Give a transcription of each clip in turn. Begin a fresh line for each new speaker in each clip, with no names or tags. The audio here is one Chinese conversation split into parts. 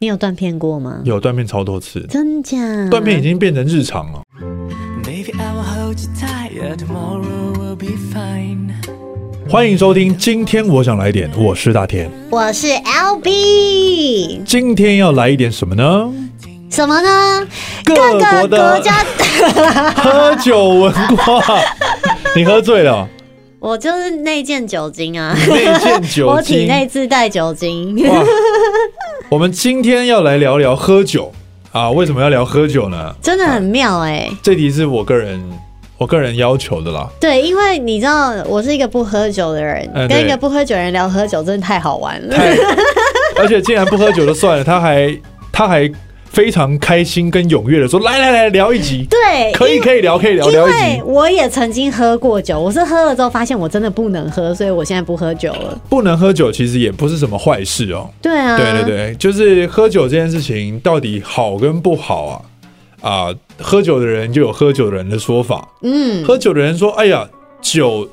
你有断片过吗？
有断片超多次，
真假？
断片已经变成日常了。
Baby, I will hold you tight. Yeah, tomorrow will be fine.
欢迎收听，今天我想来点，我是大天。
我是 L B，
今天要来一点什么呢？
什么呢？
各
各
国
个
的
国家，
喝酒文化。你喝醉 了，
我就是内建酒精啊，
内建酒精。哦
我体内自带酒精。
哇，我们今天要来聊聊喝酒啊！为什么要聊喝酒呢？
真的很妙哎、
这题是我个人我个人要求的啦。
对，因为你知道我是一个不喝酒的人，
嗯
跟
对
一个不喝酒的人聊喝酒真的太好玩了。
太，而且竟然不喝酒就算了，他还他还非常开心跟踊跃的说：“来来来，聊一集，
对，
可以可以聊，可以聊
哎因
聊一
为
集，
我也曾经喝过酒，我是喝了之后发现我真的不能喝，所以我现在不喝酒了。
不能喝酒其实也不是什么坏事哦。
对啊，
对对，对，就是喝酒这件事情到底好跟不好啊？啊，喝酒的人就有喝酒的人的说法，
嗯，
喝酒的人说：“哎呀，酒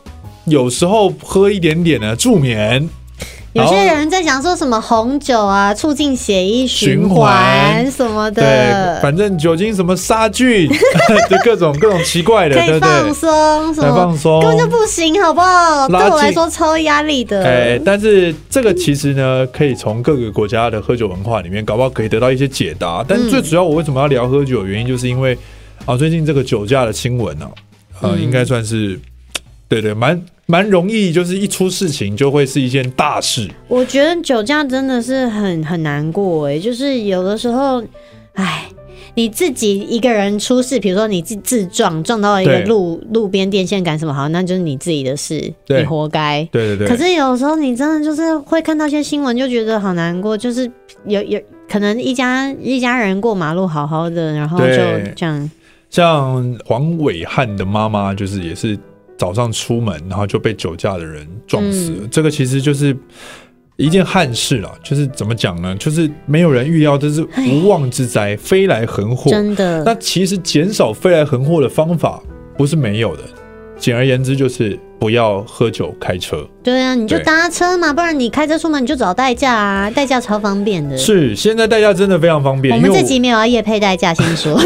有时候喝一点点呢，助眠。
有些
然后
人在讲说什么红酒啊，促进血液循
循
环
环
什么
对，
的，
反正酒精什么杀菌， 就各种各种奇怪的，
可
对
以
不对
放？松什
来放
么，
松，
根本就不行，好不好？对
拉近
我来说超压力
哎
的，。
但是这个其实呢，可以从各个国家的喝酒文化里面，搞不好可以得到一些解答。但
嗯
是最主要，我为什么要聊喝酒？原因就是因为啊，最近这个酒驾的新闻呢、啊，呃，
嗯
应该算是对对，蛮蛮容易，就是一出事情就会是一件大事。
我觉得酒驾真的是很很难过哎、就是有的时候，哎。你自己一个人出事，比如说你自自撞撞到一个
对
路路边电线杆什么，好，那就是你自己的事，
对
你活该。
对对
可
对，
是有时候你真的就是会看到一些新闻，就觉得好难过，就是有有可能一家一家人过马路好好的，然后就
对
这样，
像黄伟汉的妈妈，就是也是早上出门，然后就被酒驾的人撞死
嗯
了。这个其实就是。一件憾事了，就是怎么讲呢？就是没有人预料，这是无妄之灾，飞来横祸。
真的
那其实减少飞来横祸的方法不是没有的，简而言之就是不要喝酒开车。
对啊，你就
对
搭车嘛，不然你开车出门你就找代驾啊，代驾超方便的。
是，现在代驾真的非常方便，
我
因
们
为
这集没有要夜配代驾，先 说，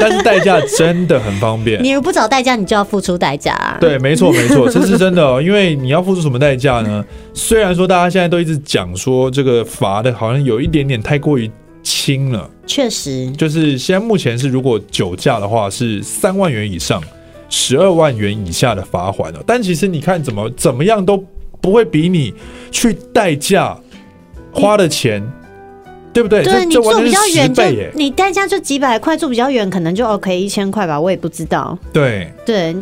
但是代驾真的很方便。
你如果不找代驾，你就要付出代价啊。
对，没错，没 错，这是真的、哦。因为你要付出什么代价呢？虽然说大家现在都一直讲说这个罚的好像有一点点太过于轻了，
确实，
就是现在目前是如果酒驾的话是三万元以上，十二万元以下的罚款哦。但其实你看怎么怎么样都不会比你去代驾花的钱，对不对？
对
哎
啊
这
你
这
住
完
比
全
较
是十
远就
倍耶。
你代驾就几百块，住比较远可能就 OK 一千块吧，我也不知道。
对，
对，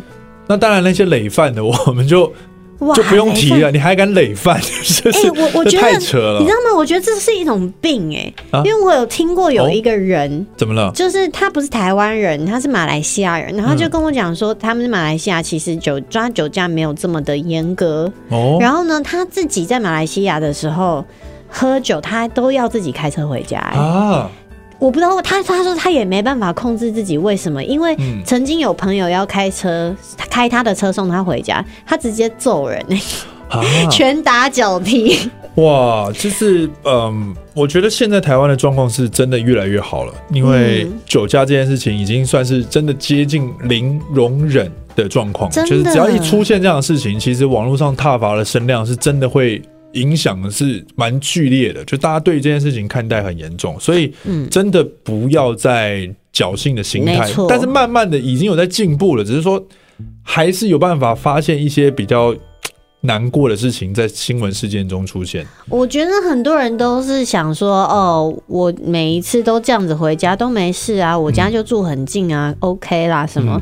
那当然那些累犯的我们就
哇
就不用提
雷锋
了，你还敢累犯， 这
哎、
是
我我
这
觉得
太扯了
你知。道吗？我觉得这是一种病哎、
啊哦
因为我有听过有一个人，
怎么了？
就是他不是台湾人，他是马来西亚人，然后他就跟我讲说，他们马来西亚其实酒抓酒驾没有这么的严格，
哦，
然后呢，他自己在马来西亚的时候。喝酒，他都要自己开车回家、哎
啊，
我不知道他，他说他也没办法控制自己，为什么？因为
嗯
曾经有朋友要开车，他开他的车送他回家，他直接揍人，
啊，
拳打脚踢。
哇，就是嗯，我觉得现在台湾的状况是真的越来越好了，因为
嗯
酒驾这件事情已经算是真的接近零容忍的状况，
真
就
的
是只要一出现这样的事情，其实网络上踏伐的声量是真的会。影响的是蛮剧烈的，就大家对这件事情看待很严重，所以
嗯
真的不要再侥幸的心态
没错。
但是慢慢的已经有在进步了，只是说还是有办法发现一些比较难过的事情在新闻事件中出现。
我觉得很多人都是想说，哦，我每一次都这样子回家都没事
嗯
啊，我家就住很近啊、o k 啦，什么，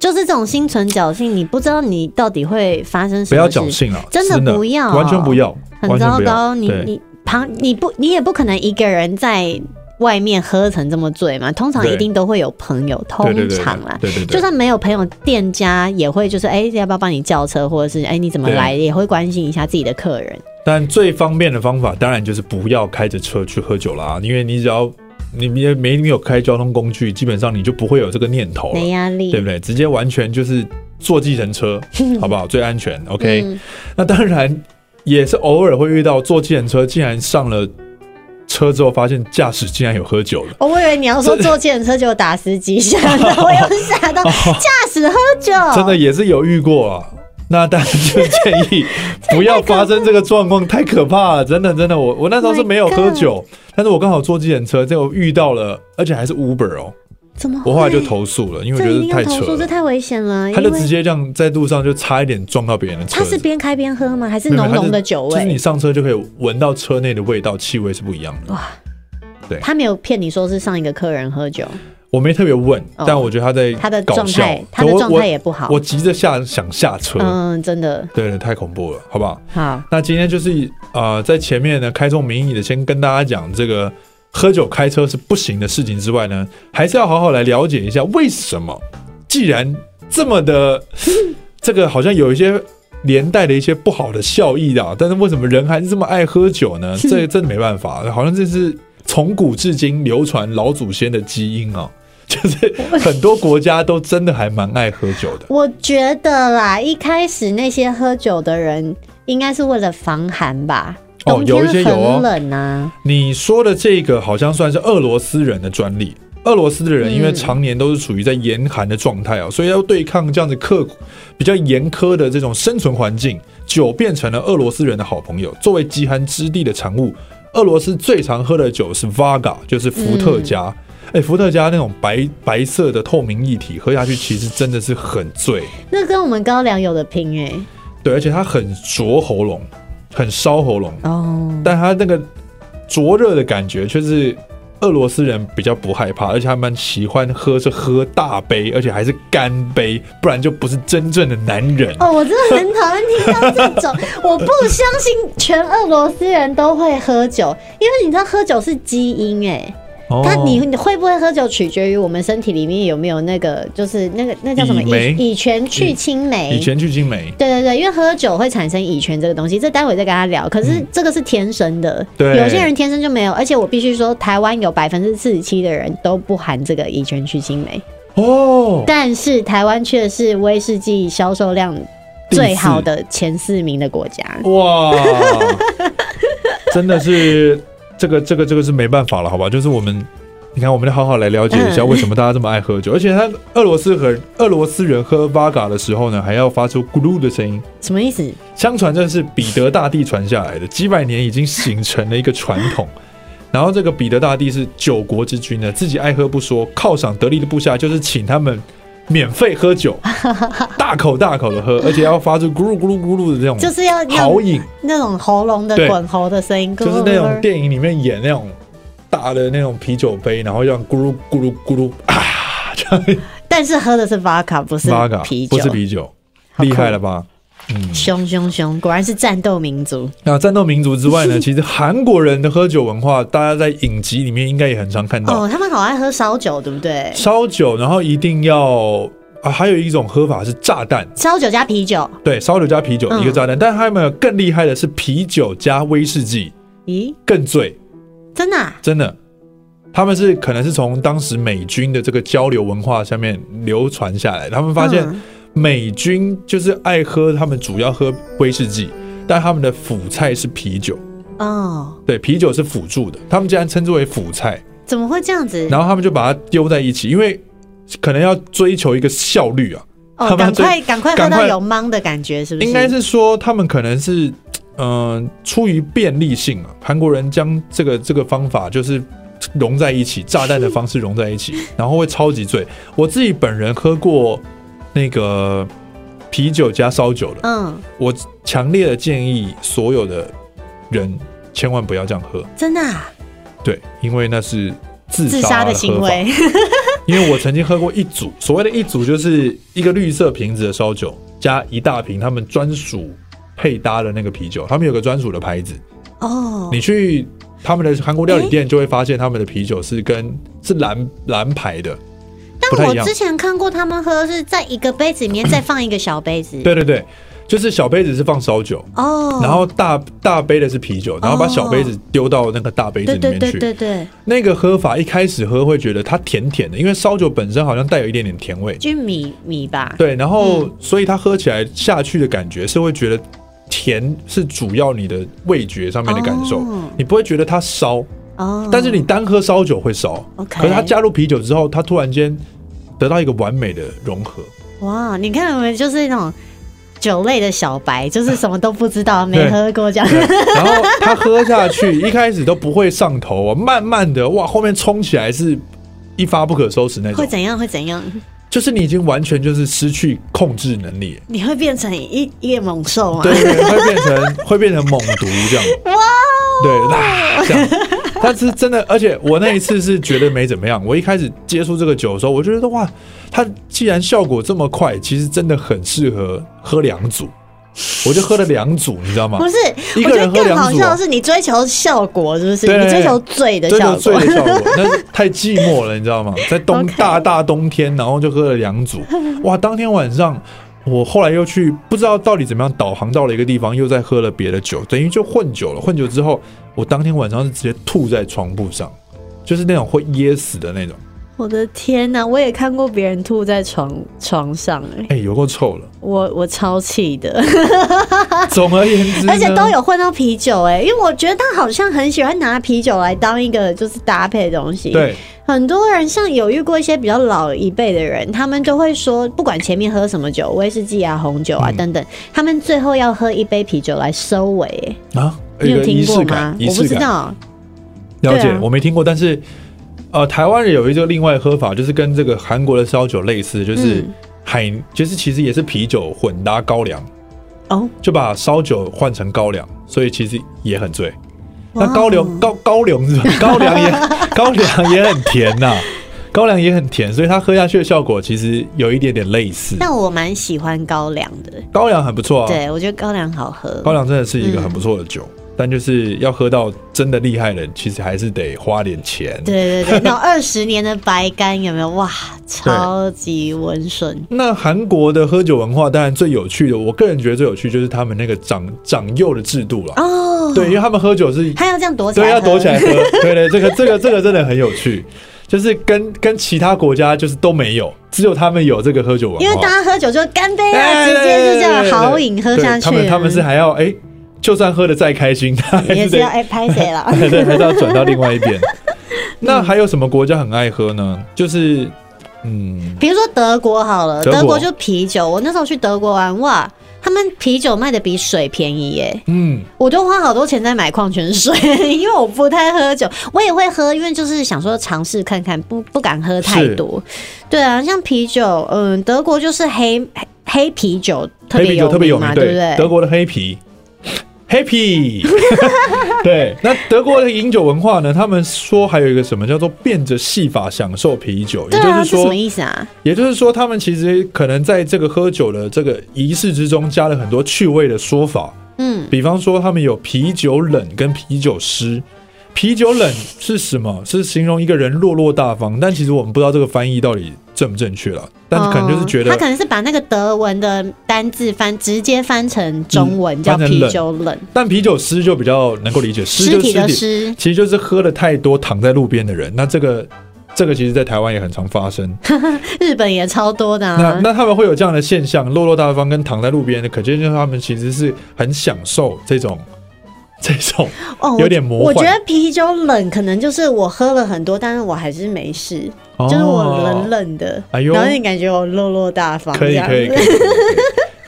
就是这种心存侥幸，你不知道你到底会发生什
不要
么事，
侥幸了，
真的不要
完全不要，
很
完全
糟
不要
糕。你
对
你旁你不你也不可能一个人在外面喝成这么醉嘛，通常
对
一定都会有朋友，通
对对对
常啦。
对对
就
对，
算没有朋友，店家也会就是哎、要不要帮你叫车，或者是哎、你怎么
对
来，也会关心一下自己的客人。
但最方便的方法当然就是不要开着车去喝酒啦，因为你只要你你也没没有开交通工具，基本上你就不会有这个念头
没
了，
压力，
哦对不对？直接完全就是坐计程车，好不好？最安全。OK，、
嗯
那当然也是偶尔会遇到坐计程车竟然上了车之后，发现驾驶竟然有喝酒了。
哦，我以为你要说坐计程车就打司机， 吓到我又吓到驾驶喝酒，
哦真的也是有遇过啊。那当然就建 议不要发生这个状况，太可怕了！真的，真的，我我那时候是没有喝酒，但是我刚好坐计程车，结果遇到了，而且还是 Uber 哦，
怎么会？
我后来就投诉了，因为我
这
觉
一
得
定
太
要
扯
投诉，这
了。
太危险了，
他
因
就直
为
接这样在路上就差一点撞到别人的车
他
子
是，边开边喝吗？还是
没有
浓
没有
浓
它
的
是
酒
就是你
味？
上车就可以闻到车内的味道，气味是不一样的。
他没有骗你说是上一个客人喝酒，
我没特别问，
哦
但我觉得他在
他的
搞
状
笑
态，他的
我
状态也不好
我。我急着下想下车，
嗯，真的
对对，太恐怖了，好不好？
好，
那今天就是呃，在前面呢，开宗明义的先跟大家讲这个喝酒开车是不行的事情之外呢，还是要好好来了解一下为什么，既然这么的 这个好像有一些。呃连带的一些不好的效益啊，但是为什么人还是这么爱喝酒呢？这真的没办法，好像这是从古至今流传老祖先的基因啊，就是很多国家都真的还蛮爱喝酒的。
我觉得啦，一开始那些喝酒的人应该是为了防寒吧。
哦
冬
有
天
一些有哦
很冷啊，
你说的这个好像算是俄罗斯人的专利。俄罗斯的人因为
嗯
常年都是处于在严寒的状态哦，所以要对抗这样子刻苦、比较严苛的这种生存环境，酒变成了俄罗斯人的好朋友。作为极寒之地的产物，俄罗斯最常喝的酒是 Vaga，就是伏特加。哎、伏特加那种白白色的透明液体，喝下去其实真的是很醉，
那跟我们高粱有的拼哎、
对，而且它很灼喉咙，很烧喉咙。
哦，
但它那个灼热的感觉，却是俄罗斯人比较不害怕，而且他们喜欢喝是喝大杯，而且还是干杯，不然就不是真正的男人。
哦，我真的很讨厌听到这 种，我不相信全俄罗斯人都会喝酒，因为你知道喝酒是基因哎、
哦
他你你会不会喝酒取决于我们身体里面有没有那个，就是那个那叫什么
乙酶
乙乙醛去青霉。
以前去金梅，
对对对，因为喝酒会产生乙醛这个东西，这待会再跟他聊。可是这个是天生的，
嗯对
有些人天生就没有，而且我必须说，台湾有百分之四十七的人都不含这个乙醛去青霉，
哦，
但是台湾却是威士忌销售量最好的前四名的国家。
哇，真的是这个这个这个是没办法了，好吧？就是我们。你看，我们要好好来了解一下
嗯
为什么大家这么爱喝酒，而且他俄罗斯和俄罗斯人喝 Vaga 的时候呢，还要发出咕噜的声音，
什么意思？
相传这是彼得大帝传下来的，几百年已经形成了一个传统。 然后这个彼得大帝是九国之君呢，自己爱喝不说，犒赏得力的部下就是请他们免费喝酒， 大口大口的喝，而且要发出咕噜咕噜咕噜的这种
就是要要
豪饮，
那种喉咙的
对
滚喉的声音，
就是那种电影里面演那种大的那种啤酒杯，然后让咕噜咕噜咕噜啊， 这样
但是喝的是 vodka，不是
Vaga，
啤酒，
不是啤酒，
好酷
厉害了吧？
凶凶凶，果然是战斗民族。
那战斗民族之外呢，其实韩国人的喝酒文化，大家在影集里面应该也很常看到
哦，他们好爱喝烧酒，对不对？
烧酒，然后一定要啊，还有一种喝法是炸弹，
烧酒加啤酒，
对，烧酒加啤酒、
嗯
一个炸弹，但他们有更厉害的是啤酒加威士忌
咦，
更醉，
真的、啊？
真的。他们是可能是从当时美军的这个交流文化下面流传下来，他们发现
嗯
美军就是爱喝，他们主要喝威士忌，但他们的辅菜是啤酒，
哦，
对，啤酒是辅助的，他们竟然称之为辅菜。
怎么会这样子？
然后他们就把它丢在一起，因为可能要追求一个效率啊。
哦，
他们
赶
最
快赶快喝
赶
到
快
有芒的感觉，是不是？
应该是说他们可能是，嗯、出于便利性啊，韩国人将这个这个方法就是融在一起，炸弹的方式融在 一起，然后会超级醉。我自己本人喝过那个啤酒加烧酒的，
嗯，
我强烈的建议所有的人千万不要这样喝，
真的、啊、
对，因为那是自
自
杀
杀的
喝
行
法
为。
因为我曾经喝过一组，所谓的一组就是一个绿色瓶子的烧酒，加一大瓶他们专属配搭的那个啤酒，他们有个专属的牌子，
哦，
你去他们的韩国料理店就会发现他们的啤酒是跟是蓝蓝牌的，不
但
太
我
一样
之。前看过他们喝是在一个杯子里面再放一个小杯子。
对对对，就是小杯子是放烧酒，
哦，
然后大大杯的是啤酒，然后把小杯子丢到那个大杯子
对
里
对
面
对
去。
对对，
那个喝法一开始喝会觉得它甜甜的，因为烧酒本身好像带有一点点甜味。
就米米吧。
对，然后、
嗯
所以它喝起来下去的感觉是会觉得甜是主要你的味觉上面的感受，
哦
你不会觉得它烧，
哦，
但是你单喝烧酒会烧
嗯 OK
可是它加入啤酒之后，它突然间得到一个完美的融合。
哇，你看我们就是那种酒类的小白，就是什么都不知道，没喝过这样。
然后他喝下去，一开始都不会上头啊，慢慢的哇，后面冲起来是一发不可收拾那
会
种，
怎样？会怎样？
就是你已经完全就是失去控制能力，
你会变成一一个猛兽吗？
对啊对，对会变成会变成猛毒这样，
哇，哦
对，啦这样。但是真的，而且我那一次是觉得没怎么样。我一开始接触这个酒的时候，我觉得哇，它既然效果这么快，其实真的很适合喝两组。我就喝了两组，你知道吗？
不是，
一
我觉得
个人喝
更
两
好
组
笑
啊
的是你追求效果，是不是？
对
你追求醉的
真
效
的醉
果。
的效果，但是太寂寞了，你知道吗？在冬
OK
大大冬天，然后就喝了两组，哇！当天晚上我后来又去不知道到底怎么样导航到了一个地方，又再喝了别的酒，等于就混酒了。混酒之后，我当天晚上是直接吐在床铺上，就是那种会噎死的那种。
我的天哪、我也看过别人吐在床床上、哎，
哎、有够臭 了。
我我超气的，
总而言之呢，
而且都有混到啤酒、哎，因为我觉得他好像很喜欢拿啤酒来当一个就是搭配的东西。
对，
很多人像有遇过一些比较老一辈的人，他们就会说，不管前面喝什么酒，威士忌啊、红酒
嗯
啊、等等，他们最后要喝一杯啤酒来收尾。哎
啊，
你
一
有
个仪
听过
式感
吗，？
仪
我不
式
知
感。
道，
了解，
对啊
我没听过，但是呃，台湾人有一个另外喝法，就是跟这个韩国的烧酒类似，就是
嗯
海，就是其实也是啤酒混搭高粱，
哦，
就把烧酒换成高粱，所以其实也很醉。
哇
那高粱高高粱 是吧高粱也高粱也很甜呐、高粱也很甜，所以它喝下去的效果其实有一点点类似。
但我蛮喜欢高粱的，
高粱很不错啊，
对我嗯觉得高粱好喝。
高粱真的是一个很不错的酒，但就是要喝到真的厉害的，其实还是得花点钱。
对对对，那二十年的白干有没有？哇，超级温顺。
那韩国的喝酒文化，当然最有趣的，我个人觉得最有趣就是他们那个长长幼的制度了。
哦，
对，因为他们喝酒是，
他要这样躲起来，
对，要躲起来。 喝。对对，这个这个这个真的很有趣，就是跟跟其他国家就是都没有，只有他们有这个喝酒文化。
因为大家喝酒就干杯啊，
哎
直接就这样
对对对对
豪饮喝
对
下去。嗯
他们他们是还要哎、就算喝的再开心，他还
也是
是得
要哎拍谁了？
对 对，还是要转到另外一 边。那还有什么国家很爱喝呢？就是嗯，
比如说德国好了，
德国
德国就啤酒。我那时候去德国玩，哇，他们啤酒卖的比水便宜耶，
嗯，
我都花好多钱在买矿泉水， 因为我不太喝酒，我也会喝，因为就是想说尝试看看，不不敢喝太多。对啊，像啤酒，嗯，德国就是黑黑黑啤酒特
黑
别
啤酒特别有
名嘛，
名，
对不
德
对？
国的黑啤，黑啤。 对，那德国的饮酒文化呢？他们说还有一个什么叫做变着戏法享受啤酒，
对
也就
啊，
是
这什
说
么，意思啊？
也就是说，他们其实可能在这个喝酒的这个仪式之中加了很多趣味的说法，
嗯，
比方说他们有啤酒冷跟啤酒湿。啤酒冷是什么？是形容一个人落落大方，但其实我们不知道这个翻译到底正不正确了。但可能就是觉得、
哦他可能是把那个德文的单字翻直接翻成中文，
嗯
叫
翻成
啤
冷
酒冷，
但啤酒湿就比较能够理解，湿
尸
就是
体
尸
的
体，
尸。
其实就是喝了太多躺在路边的人。那这个这个其实，在台湾也很常发生。
日本也超多的、
那
啊。
那他们会有这样的现象，落落大方跟躺在路边的，可见就是他们其实是很享受这种这种
哦
有点魔幻
我觉得啤酒冷可能就是我喝了很多，但是我还是没事， 就是我冷
哦
冷的，
哎呦
然后你感觉我落落大方，
可以可以可以，可以可以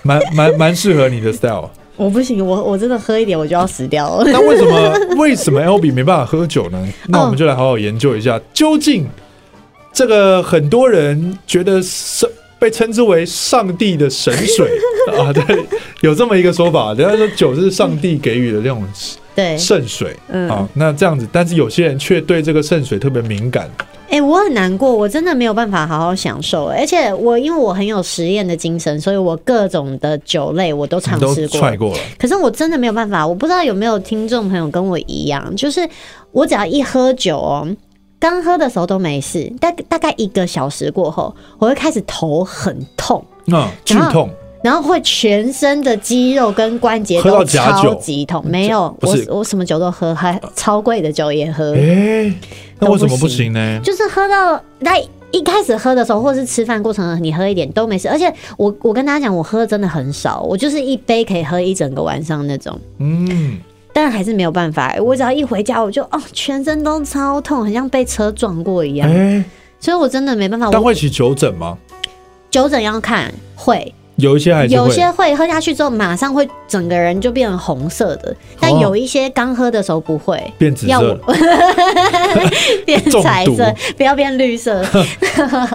蛮蛮蛮适合你的 style。
我不行，我我真的喝一点我就要死掉 了。
那为 什么为什么 L B 没办法喝酒
嗯
呢？那我们就来好好研究一下，究竟这个很多人觉得是被称之为上帝的神水 啊，对，有这么一个说法，人家说酒是上帝给予的那种
对，
圣水
嗯，哎、
啊。那这样子，但是有些人却对这个圣水特别敏感，
哎我很难过，我真的没有办法好好享受，而且我因为我很有实验的精神，所以我各种的酒类我都尝
你都
试过，
踹过了，
可是我真的没有办法，我不知道有没有听众朋友跟我一样，就是我只要一喝酒哦，刚喝的时候都没事，大大概一个小时过后，我会开始头很痛，
嗯，剧痛
然后会全身的肌肉跟关节
喝
都
到假酒
超级痛。没有，
不
我
是
我什么酒都喝，还超贵的酒也喝，
哎、那为什
嗯都
么
不
不
行
行呢？
就是喝到在。一开始喝的时候，或是吃饭过程，你喝一点都没事。而且我我跟大家讲，我喝的真的很少，我就是一杯可以喝一整个晚上那种。
嗯，
但还是没有办法、欸我只要一回家，我就哦，全身都超痛，很像被车撞过一样，
哎，
所以我真的没办法。
但
我
会起九疹吗？
九诊要看会，
有一些还是
有
哎会，
些会喝下去之后马上会整个人就变成红色的，但
哦
有一些刚喝的时候不 会。
变紫
要
色
我 变
中
彩
毒
色，不要变绿 色，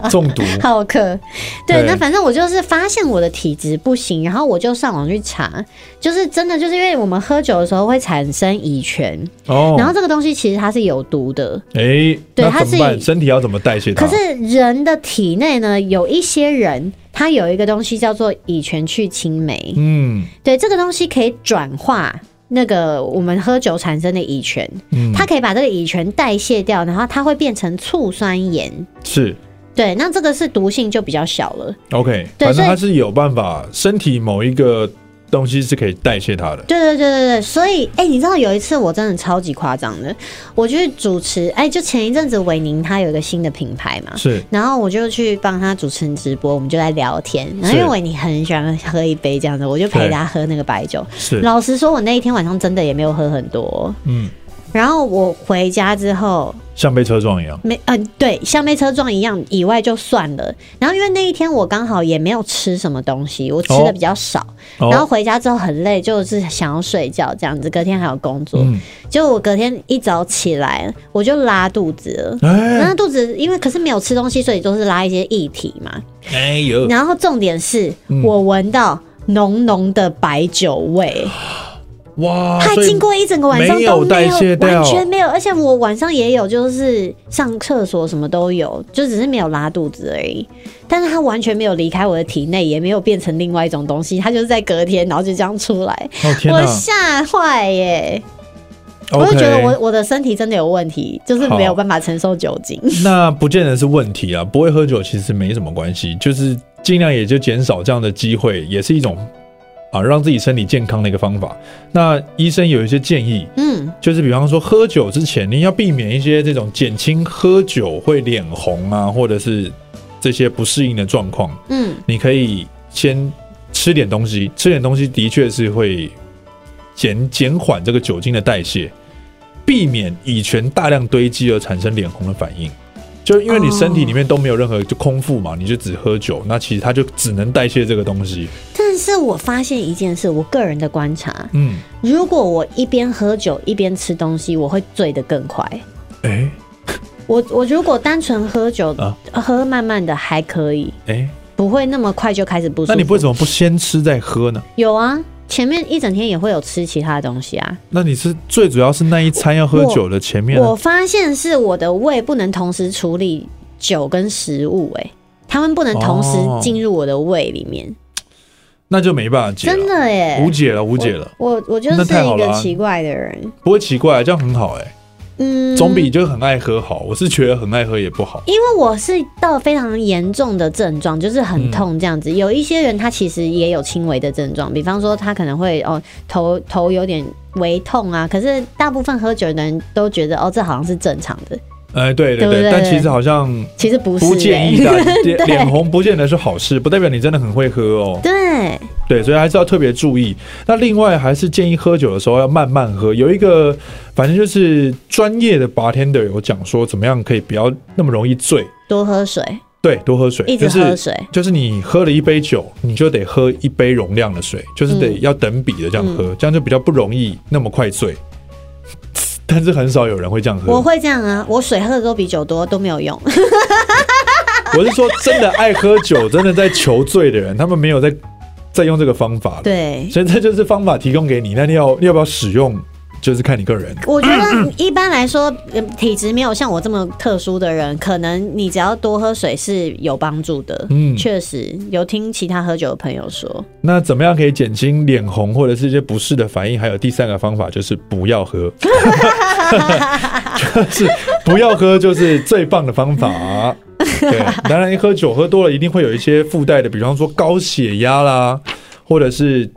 中毒。
好渴。对，
对
那反正我就是发现我的体质不行，然后我就上网去查，就是真的就是因为我们喝酒的时候会产生乙醛，
哦，
然后这个东西其实它是有毒的，
哎，
对
那
它
怎么办？
是
身体要怎么代谢它？
可是人的体内呢，有一些人他有一个东西叫做乙醛去青酶，
嗯
对，这个东西可以转化。那个我们喝酒产生的乙醛，
嗯，
它可以把这个乙醛代谢掉，然后它会变成醋酸盐。
是
对，那这个是毒性就比较小了。
OK，
对
反
所
正
以
它是有办法，身体某一个东西是可以代谢它的。
对对对对对，所以哎、你知道有一次我真的超级夸张的，我去主持，哎、就前一阵子伟宁他有一个新的品牌嘛，
是
然后我就去帮他主持人直播，我们就在聊天。然后因为伟宁很喜欢喝一杯这样子，我就陪他喝那个白酒。
是，
老实说，我那一天晚上真的也没有喝很多。
嗯，
然后我回家之后，
像被车撞一样。
没嗯、对，像被车撞一样以外就算了。然后因为那一天我刚好也没有吃什么东西，我吃的比较少。然后
哦，
回家之后很累，就是想要睡觉这样子。隔天还有工作，
嗯，
结果我隔天一早起来我就拉肚子了。
哎
那肚子因为可是没有吃东西，所以都是拉一些液体嘛。
哎呦，
然后重点是、
嗯
我闻到浓浓的白酒味，
哇，
它
啊所以
经过一整个晚上
没有
都没
代
有，
谢掉
完全没有。而且我晚上也有，就是上厕所什么都有，就只是没有拉肚子而已。但是它完全没有离开我的体内，也没有变成另外一种东西，它就是在隔天，然后就这样出来。
哦天
我
哪
吓坏耶！我就
OK，
觉得 我嗯我的身体真的有问题，就是没有
好
办法承受酒精。
那不见得是问题啊，不会喝酒其实没什么关系，就是尽量也就减少这样的机会，也是一种啊让自己身体健康的一个方法。那医生有一些建议，
嗯，
就是比方说喝酒之前，你要避免一些这种减轻喝酒会脸红啊，或者是这些不适应的状况，
嗯，
你可以先吃点东西，吃点东西的确是会减减缓这个酒精的代谢，避免乙醛大量堆积而产生脸红的反应。就因为你身体里面都没有任何就空腹嘛，你就只喝酒，那其实它就只能代谢这个东西。
但是我发现一件事，我个人的观察，
嗯，
如果我一边喝酒一边吃东西，我会醉得更快。
哎、
我我如果单纯喝酒，
啊
喝慢慢的还可以，
哎、
不会那么快就开始不舒服。
那你为什么不先吃再喝呢？
有啊？前面一整天也会有吃其他的东西啊。
那你是最主要是那一餐要喝酒的前面啊
我发现是我的胃不能同时处理酒跟食物、欸，哎，他们不能同时
哦
进入我的胃里面，
那就没办法解了，
真的耶、
无解了，无解了，
我我就是
那太好
一
了
个
啊
奇怪的人，
不会奇怪，这样很好哎、
嗯，
总比就很爱喝好。我是觉得很爱喝也不好，
因为我是到非常严重的症状，就是很痛这样子。有一些人他其实也有轻微的症状，比方说他可能会哦头头有点微痛啊，可是大部分喝酒的人都觉得哦这好像是正常的，
哎，对
对
对
不对
但其实好像
其实不是、欸。
不建议大家脸
对
脸红，不见得是好事，不代表你真的很会喝哦。
对，
对，所以还是要特别注意。那另外还是建议喝酒的时候要慢慢喝。有一个，反正就是专业的 bartender 有讲说，怎么样可以不要那么容易醉。
多喝水，
对，多喝水，
一直
就是
喝水。
就是你喝了一杯酒，你就得喝一杯容量的水，就是得
嗯
要等比的这样喝，这样就比较不容易那么快醉。 但是很少有人会这样喝。
我会这样啊，我水喝的都比酒多，都没有用。
我是说，真的爱喝酒、真的在求醉的人，他们没有在在用这个方法。，
对，
所以这就是方法提供给你。那你要你要不要使用，就是看你个人。
我觉得一般来说，呃体质没有像我这么特殊的人，可能你只要多喝水是有帮助的。
嗯
嗯，确实有听其他喝酒的朋友说，
那怎么样可以减轻脸红或者是一些不适的反应？还有第三个方法就是不要 喝，就是不要喝就是最棒的方法。对，当然喝酒喝多了一定会有一些附带的，比方说高血压啦，或者是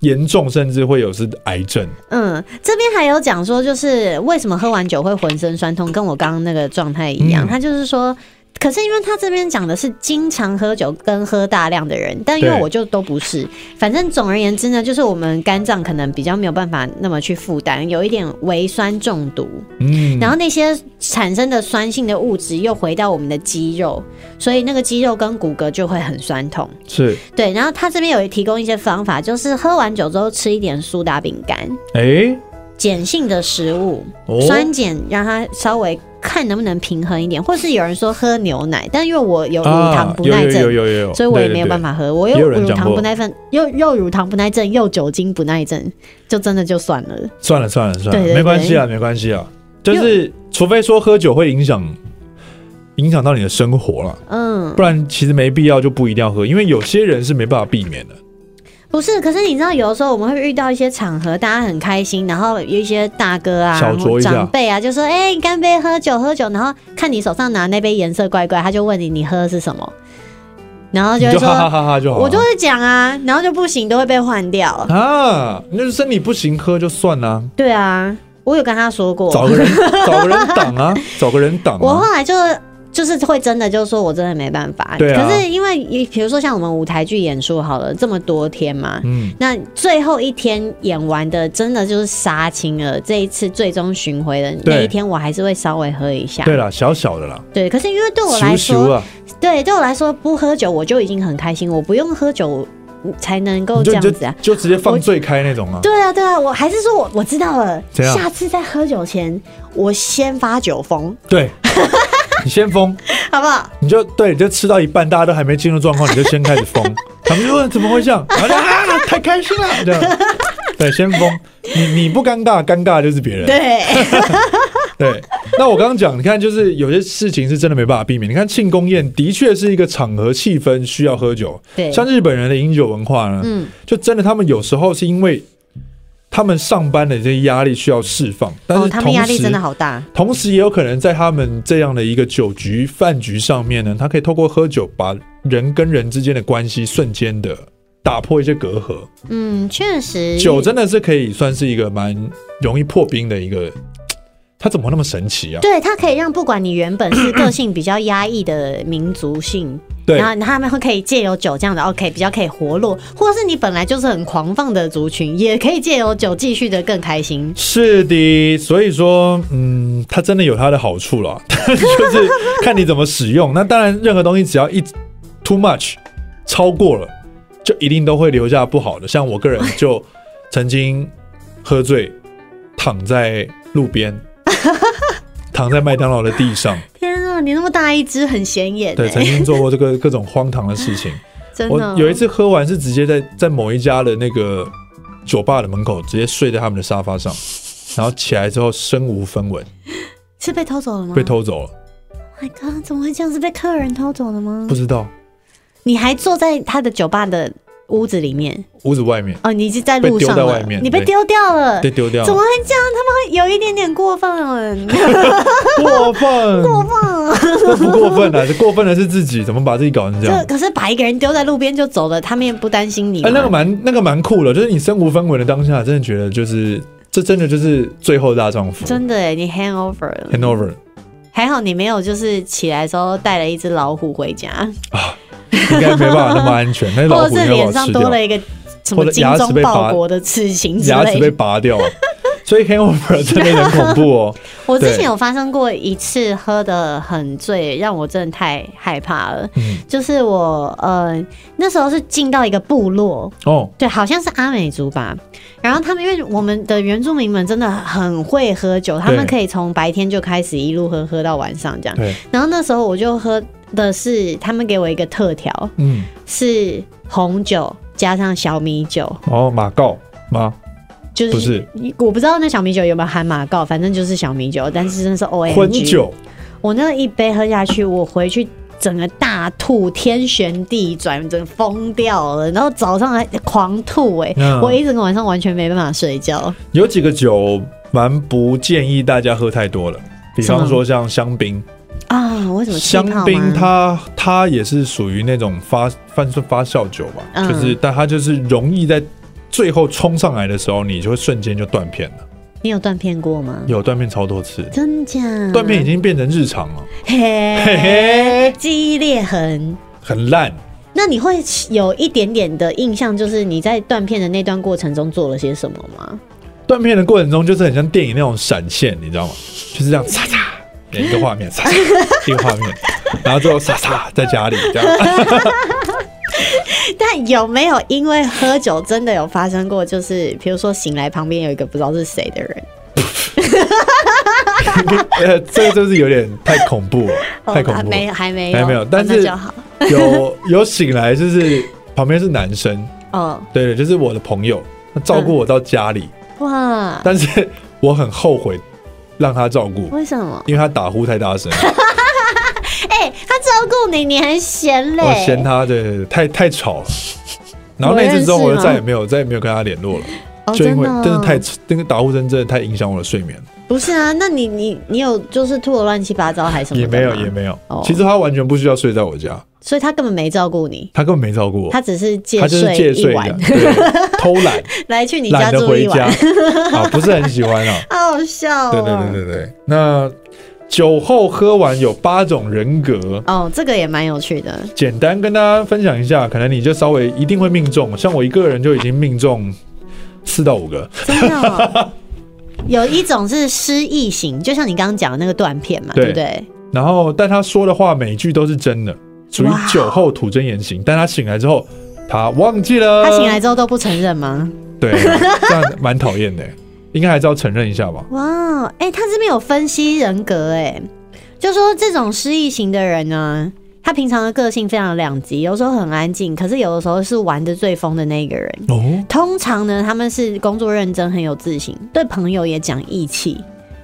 严重甚至会有是癌症。
嗯，这边还有讲说，就是为什么喝完酒会浑身酸痛，跟我刚刚那个状态一样。
嗯
他就是说，可是因为他这边讲的是经常喝酒跟喝大量的人，但因为
对
我就都不是。反正总而言之呢，就是我们肝脏可能比较没有办法那么去负担，有一点微酸中毒，
嗯，
然后那些产生的酸性的物质又回到我们的肌肉，所以那个肌肉跟骨骼就会很酸痛。
是，
对，然后他这边有提供一些方法，就是喝完酒之后吃一点苏打饼干，
哎，
碱性的食物，
哦，
酸碱让它稍微看能不能平衡一点，或是有人说喝牛奶，但因为我有乳糖不耐症。
啊有有有有有，
所以我也没有办
法。
法喝，我
也
又
有人
乳
讲
糖
过
不耐症，又又乳糖不耐症，又酒精不耐症，就真的就算了。
算了算了算
对对对
了，没关系啊，没关系啊，就是除非说喝酒会影响影响到你的生活了。
嗯，
不然其实没必要就不一定要喝，因为有些人是没办法避免的。
不是，可是你知道，有的时候我们会遇到一些场合，大家很开心，然后有一些大哥啊、
小酌一下
长辈啊，就说：“哎、干杯，喝酒，喝酒。”然后看你手上拿那杯颜色怪怪，他就问你你喝的是什么，然后就
你
会
就
说：“
哈哈哈哈就好了。
我就会讲啊。”然后就不行，都会被换掉。
哦啊，那就身体不行喝就算啦、
对啊，我有跟他说过，
找个 人找个人挡啊，找个人挡
我
啊。
后来就。就是会真的，就是说我真的没办法。
对啊
可是因为比如说像我们舞台剧演出好了，这么多天嘛，
嗯，
那最后一天演完的，真的就是杀青了。这一次最终巡回的那
对
一天，我还是会稍微喝一下。
对啦，小小的啦，
对可是因为对我来
咻
说，
咻啊，
对对我来说，不喝酒我就已经很开心，我不用喝酒才能够
你
这
就
样
就
子啊。
就直接放最开那种啊。
对啊，对啊，我还是说我我知道了，
怎样
下次在喝酒前，我先发酒疯，
对， 你先疯，
好不好？
你就对，你就吃到一半，大家都还没进入状况，你就先开 始疯。他们就问怎么会这样，然后就啊，太开心了，这样。对，先疯，你你不尴尬，尴尬的就是别人。
对，
对，那我刚刚讲，你看，就是有些事情是真的没办法避免。你看庆功宴的确是一个场合气氛需要喝酒，
对
像日本人的饮酒文化呢，
嗯，
就真的他们有时候是因为他们上班的这些压力需要释放，但
哦，
是
他们
同
压力真
时、
的好大，
同时也有可能在他们这样的一个酒局饭局上面呢，他可以透过喝酒把人跟人之间的关系瞬间的打破一些隔阂。
嗯，确实，
酒真的是可以算是一个蛮容易破冰的一个，它怎么那么神奇啊？
对，它可以让不管你原本是个性比较压抑的民族性，
对
然后他们会可以借由酒这样的 OK 比较可以活络，或是你本来就是很狂放的族群，也可以借由酒继续的更开心。
是的，所以说，嗯，它真的有它的好处啦， 就是看你怎么使用。那当然，任何东西只要一 too much 超过了，就一定都会留下不好的。像我个人就曾经喝醉，躺在 路边，躺在麦当劳的地上，
天啊，你那么大一只，很显眼、
对，曾
欸，
经做过这个各种荒唐的事情。
真
我
的。
有一，次喝完是直接在在某一家的那个酒吧的门口直接睡在他们的沙发上，然后起来之后身无分文，
是被偷走了吗？Oh
被。偷走了，
My God，怎么会这样？是被客人偷走了吗
不？知道
你还坐在他的酒吧的屋子里面
屋子外面
哦，你是在路
被丢
上
在
了
外面
你被
对
丢掉了。
被丢掉
呃怎么
了，
会这样？他们会有一点点过 分，
过分，过分，不过分啊？这过分的是自己，怎么把自己搞成这
就
样？
可是把一个人丢在路边就走了，他们也不担心你啊吗。
啊哎，那个蛮那个蛮酷的，就是你身无分文的当下，真的觉得就是这真的就是最后大丈夫
真的哎，你 hangover 了，
，handover
还好你没有就是起来的时候带了一只老虎回家，
应该没办法那么 安全，那哎老
或
虎
者
应
是
该把
脸
我
上
吃
多
掉。
了一个什么精忠报国的刺青之
牙齿
类
被
的。
拔掉，所以 hangover 真的很恐怖哦。
我之前
对
有发生过一次喝的很醉，让我真的太害怕了。
嗯
就是我呃那时候是进到一个部落，
哦，
对，好像是阿美族吧。然后他们因为我们的原住民们真的很会喝酒，他们
对
可以从白天就开始一路喝喝到晚上这样。
对，
然后那时候我就喝的是他们给我一个特调，
嗯，
是红酒加上小米酒，
哦，马告吗？
就是
不是
我不知道那小米酒有没有含马告，反正就是小米酒，但是真的是 O M
荤
G。
酒，
我那一杯喝下去，我回去整个大吐，天旋地转，整个疯掉了。然后早上还狂吐、欸，哎、
嗯
我一整个晚上完全没办法睡觉。
有几个酒蛮不建议大家喝太多了。比方说像香槟，
啊，为什么气
香
泡吗
槟它它也是属于那种发算是发酵酒吧，
嗯
就是但它就是容易在最后冲上来的时候，你就会瞬间就断片了。
你有断片过吗？
有断片超多次，
真假？
断片已经变成日常了，
嘿
嘿嘿
记忆裂痕。
很烂。
那你会有一点点的印象，就是你在断片的那段过程中做了些什么吗？
断片的过程中，就是很像电影那种闪现，你知道吗？就是这样 嚓嚓，一个画面，嚓嚓，一个画面，然后最后嚓嚓在家里这样。
但有没有因为喝酒真的有发生过，就是比如说醒来旁边有一个不知道是谁的人，
呃，这个就是有点太恐怖了，太恐
哦啊
怖了。
没有还没有
还没有，
哦
但
那
是
就好
有有醒来，就是旁边是男生，
哦
对，就是我的朋友，他照顾我到家里，
嗯哇，
但是我很后悔让他照顾，
为什么？
因为他打呼 太大声，
哎、他照顾你，你还嫌嘞？
我嫌他对对对太太吵了。 然后那次之后，
我
我
认识吗
就再也没有再也没有跟他联络了，
哦，
就因为
哦
真的太那个打呼声真的太影响我的睡眠了，
不是啊？那你你你有就是吐的乱七八糟还是什么？
也没有也没有
哦。
其实他完全不需要睡在我家，
所以他根本没照顾你，
他根本没照顾我
他，只是借
他就是
睡
借
一
睡
晚
的，，对偷懒，
来去你家
懒得
住
回
一
家
晚，
啊，不是很喜欢啊。
好好笑哦。
对对对对对，那酒后喝完有八种人格，
哦，这个也蛮有趣的。
简单跟大家分享一下，可能你就稍微一定会命中，像我一个人就已经命中四到五个，
真的 哦、有一种是失忆型，就像你刚刚讲的那个断片嘛，对
对
不对？
然后但他说的话每一句都是真的，属于
哇哦
酒后吐真言行，但他醒来之后他忘记了，
他醒来之后都不承认吗？
对，这样蛮讨厌的，应该还是要承认一下吧。
哇，哎、他这边有分析人格、哎，就说这种失忆型的人呢，他平常的个性非常两极，有时候很安静，可是有的时候是玩的最疯的那个人。
哦，
通常呢，他们是工作认真，很有自信，对朋友也讲义气，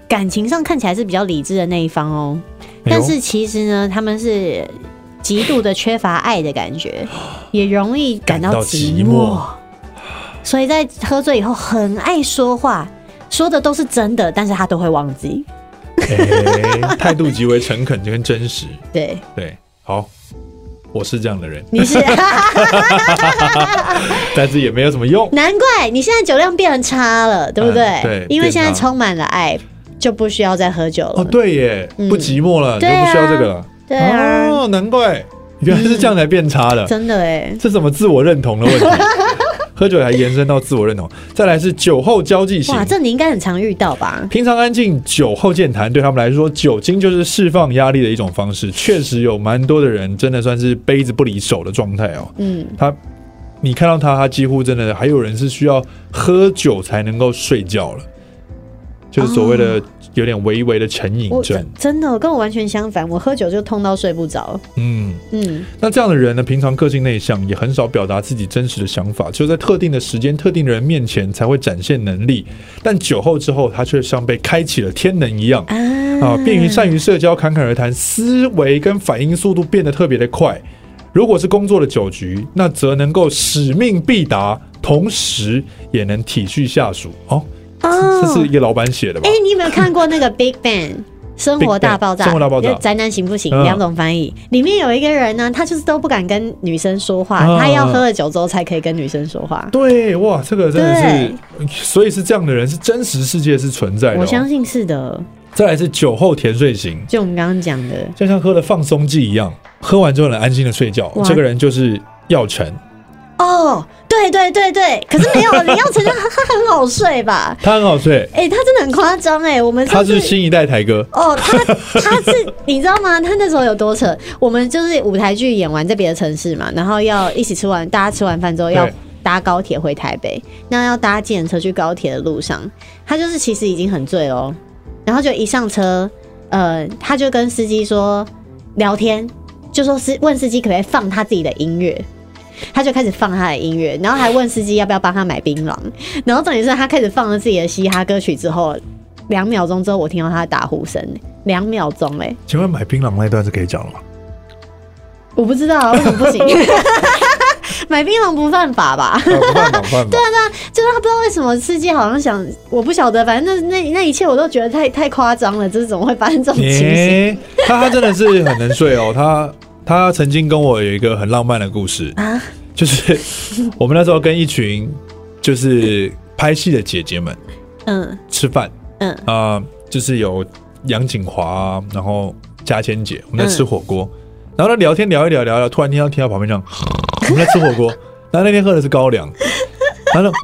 感情上看起来是比较理智的那一方哦。
哎呦
但是其实呢，他们是极度的缺乏爱的感觉，也容易感到
感到
寂
寂
寞
寞，
所以在喝醉以后很爱说话，说的都是真的，但是他都会忘记。
哎态度极为诚恳跟真实，
对，
对，好，我是这样的人，
你是
但是也没有什么用。
难怪你现在酒量变得差了，对不对？
嗯对
因为现在
变差
充满了爱，就不需要再喝酒了。
哦，对耶，
嗯
不寂寞了，
对
就
啊
不需要这个了。
对啊，
哦，难怪原来是这样才变差的，
真的哎，
这怎么自我认同的 问题？喝酒还延伸到自我认同，再来是酒后交际型
哇，。这你应该很常遇到吧？
平常安静，酒后健谈，对他们来说，酒精就是释放压力的一种方式。确实有蛮多的人真的算是杯子不离手的状态哦。
嗯，
他，你看到他，他几乎真的还有人是需要喝酒才能够睡觉了，就是所谓的有点微微的成瘾
我
症
真。真的跟我完全相反，我喝酒就痛到睡不着。
嗯，
嗯，
那这样的人呢，平常个性内向，也很少表达自己真实的想法，只有在特定的时间、特定的人面前才会展现能力。但酒后之后，他却像被开启了天能一样啊，便于善于社交、侃侃而谈，思维跟反应速度变得特别的快。如果是工作的酒局，那则能够使命必达，同时也能体恤下属。哦，这是
哦
一，个老板写的吧
哎、？你有没有看过那 个 Big Bang？生活大爆炸，
Big Bang，生活大爆炸
就宅男行不行？
嗯
两、种翻译。里面有一个人呢，他就是都不敢跟女生说话，
嗯
他要喝了酒之后才可以跟女生说话。
对，哇，这个真的是，所以是这样的人，是真实世界是存在的、哦。
我相信是的，
再来是酒后甜睡型，
就我们刚刚讲的，
就像喝了放松剂一样，喝完之后能安心的睡觉
哇。
这个人就是药晨，
哦，对对对对，可是没有李耀成，他他很好睡吧？
他很好睡，
哎、他真的很夸张哎，我们
他
上次
是新一代台哥。
哦，他他是你知道吗？他那时候有多扯？我们就是舞台剧演完在别的城市嘛，然后要一起吃完，大家吃完饭之后要
对
搭高铁回台北，那要搭计程车去高铁的路上，他就是其实已经很醉哦，然后就一上车，呃，他就跟司机说聊天，就说司问司机可不可以放他自己的音乐。他就开始放他的音乐，然后还问司机要不要帮他买槟榔。然后重点是他开始放了自己的嘻哈歌曲之后，两秒钟之后，我听到他的打呼声，两秒钟哎、
请问买槟榔那一段是可以讲了吗？
我不知道啊为什么不行。 买槟榔不犯法吧？
啊不犯法，不犯法。
就是他不知道为什么司机好像想，我不晓得，反正那那那一切我都觉得太太夸张了，这 是怎么会发生这种情形？
耶他他真的是很能睡哦，他他曾经跟我有一个很浪漫的故事
啊
就是我们那时候跟一群就是拍戏的姐姐们，
嗯
吃饭，
嗯
啊、就是有杨景华、啊，然后嘉千姐，我们在吃火锅，
嗯
然后呢聊天聊一聊聊一聊，突然听到听到旁边这样，我们在吃火锅，然后那天喝的是高粱，然后呢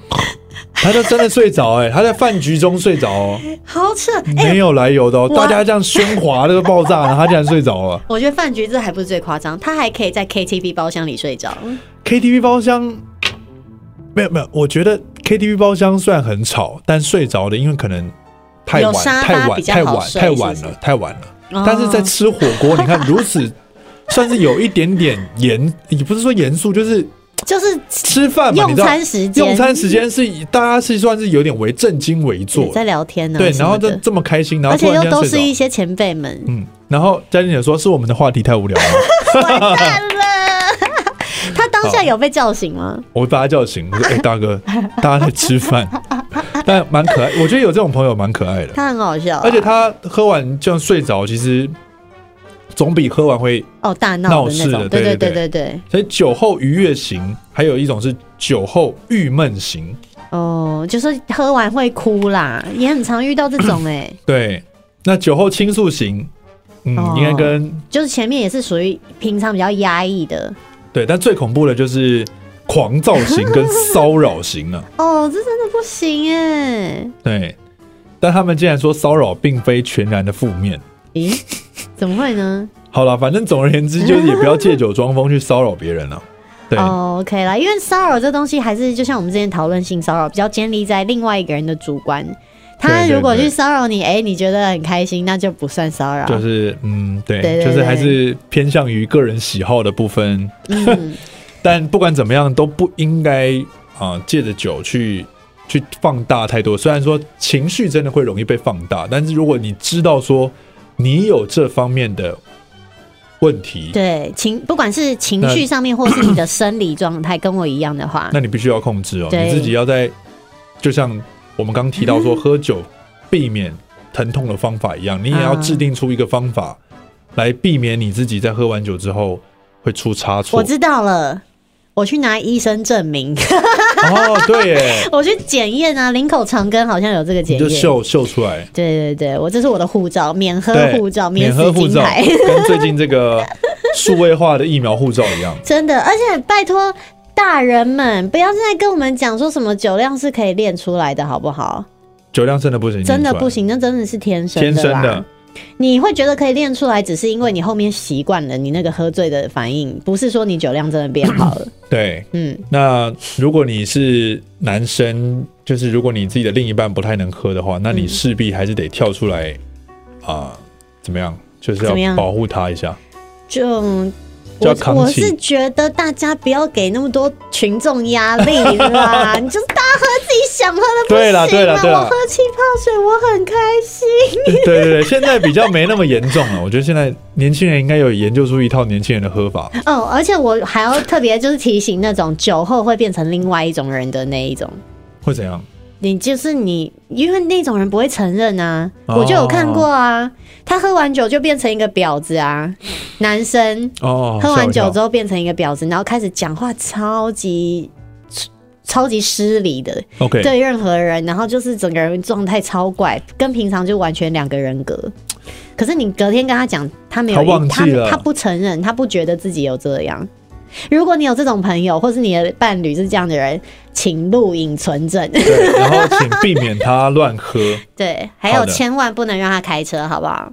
他就真的睡着哎、他在饭局中睡着哦，
好扯。哎、
没有来由的哦，
我
大家这样喧哗那个爆炸，然后他竟然睡着 了。
我觉得饭局这还不是最夸张，他还可以在 KTV 包厢里睡着。
KTV 包厢没有没有，我觉得 KTV 包厢虽然很吵，但睡着的因为可能太晚
有沙发
太晚
比较
太
好
晚
睡
太晚
是不
了
是哦
太晚了，但是在吃火 锅，你看如此算是有一点点严，也不是说严肃，就是
就是
吃饭嘛，
用
你知道
餐时间
用餐时间是以大家是算是有点为正襟危坐
也，在聊天呢、
对，
什
然后
么的
这这么开心，然后
而
突
且
然
又
间
都
睡
是
着
一些前辈们，
嗯，然后嘉玲姐说是我们的话题太无聊了，
他当下有被叫醒吗？
我把他叫醒，我说：“哎、大 哥，大家在吃饭，但蛮可爱。我觉得有这种朋友蛮可爱的，
他很好笑啊、
而且他喝完这样睡着，其实总比喝完会。
哦大闹的那
闹事
种，
的
对
对
对对
对
对，
所以酒后愉悦型，还有一种是酒后郁闷型。
哦，就是喝完会哭 啦，也很常遇到这种哎、
对，那酒后倾诉型，嗯，
哦
应该跟
就是前面也是属于平常比较压抑的
对，但最恐怖的就是狂躁型跟骚扰型了、
哦，这真的不行哎，
对，但他们竟然说骚扰并非全然的负面。
咦，怎么会呢？
好了，反正总而言之， 就是也不要借酒装疯去骚扰别人了。啊对，
哦，OK 啦，因为骚扰这东西还是就像我们之前讨论性骚扰，比较建立在另外一个人的主观。他
对对
如果去
对
骚扰你，哎、你觉得很开心，那就不算骚扰。
就是嗯，对，
对对
就是
对
还是偏向于个人喜好的部分。
嗯，
但不管怎么样，都不应该啊、借着酒去去放大太多。虽然说情绪真的会容易被放大，但是如果你知道说你有这方面的问题，
对，情不管是情绪
那
上面，或是你的生理状态，跟我一样的话，
那你必须要控制哦，
对嗯
你自己要在，就像我们刚提到说喝酒避免疼痛的方法一样，你也要
啊
制定出一个方法来避免你自己在喝完酒之后会出差错
我。知道了。我去拿医生证明，
哦，对耶，
我去检验啊，林口长庚好像有这个
你
检
就
验。
秀秀出来。
对对对，我这是我的护照，免喝
对，
护照，
免
死
喝护
金
照，
牌。
跟最近这个数位化的疫苗护照一样。
真的，而且拜托大人们，不要再跟我们讲说什么酒量是可以练出来的，好不好？
酒量真的不 行，
真的不行，
行，
那真的是天生
天生
啦
的。
你会觉得可以练出来，只是因为你后面习惯了你那个喝醉的反应，不是说你酒量真的变好了。
对，
嗯，
那如果你是男生，就是如果你自己的另一半不太能喝的话，那
嗯
你势必还是得跳出来啊、怎么样？就是
怎么
要
样
保护他 一下。
就
就要
我
扛
我
起
是觉得大家不要给那么多群众压力 啦，你就是大家喝自己想喝的不
对
行
啦
啊。
对啦对啦
我喝气泡水我很开心。
对对对，现在比较没那么严重了。我觉得现在年轻人应该有研究出一套年轻人的喝法。
哦，而且我还要特别就是提醒那种酒后会变成另外一种人的那一种。
会怎样？
你就是你，因为那种人不会承认啊，
哦
我就有看过啊，他喝完酒就变成一个婊子啊，男生
哦，
喝完酒之
后，
后变成一个婊子，然后开始讲话超级超级失礼的，
，OK，
对任何人，然后就是整个人状态超怪，跟平常就完全两个人格。可是你隔天跟他讲，他没有
他
意，
忘
他
记了
他不承认，他不觉得自己有这样。如果你有这种朋友，或是你的伴侣是这样的人，请录影存证。
对，然后请避免他乱喝。
对，还
好
有
的
千万不能让他开车，好不好？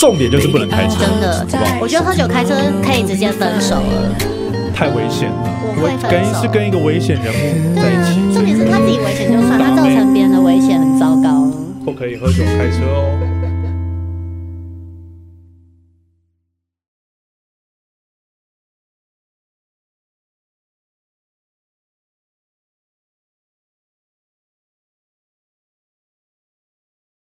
重点就是不能开车，
真的，我觉得喝酒开车可以直接分手了。
太危险了。
我会分
跟
手
是跟一个危险人物在一起，
重点是他自己危险就算，他造成别人的危险很糟糕。
不可以喝酒开车哦。